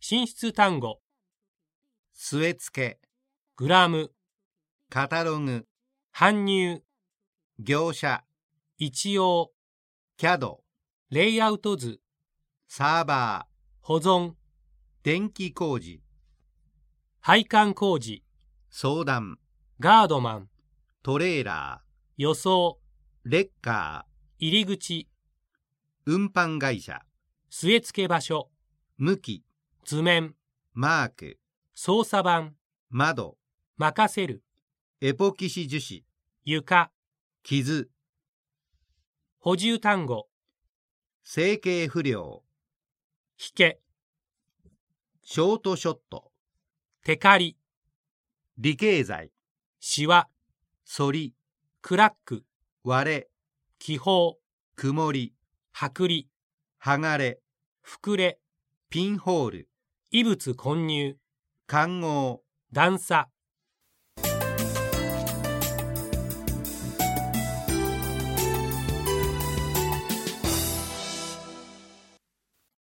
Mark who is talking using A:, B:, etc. A: 進出単語、
B: 据え付け、
A: グラム、
B: カタログ、
A: 搬入、
B: 業者、
A: 一応、
B: CAD、
A: レイアウト図、
B: サーバ
A: 保存、
B: ー、電気工事、
A: 配管工事、
B: 相談、
A: ガードマン、
B: トレーラ
A: 予想、
B: ー、レッカ
A: 入り口、
B: ー、運搬会社、
A: 据え付け場所、
B: 向き、
A: 図面、
B: マーク、
A: 操作盤、
B: 窓、
A: 任せる、
B: エポキシ樹脂、
A: 床、
B: 傷、
A: 補充単語、
B: 成形不良、
A: 引け、
B: ショートショット、
A: テカリ、
B: 理系剤、
A: シワ、
B: 反り、
A: クラック、
B: 割れ、
A: 気泡、
B: 曇り、
A: 剥離、
B: 剥がれ、
A: 膨れ、
B: ピンホール、
A: 異物混入、
B: 環合、
A: 段差、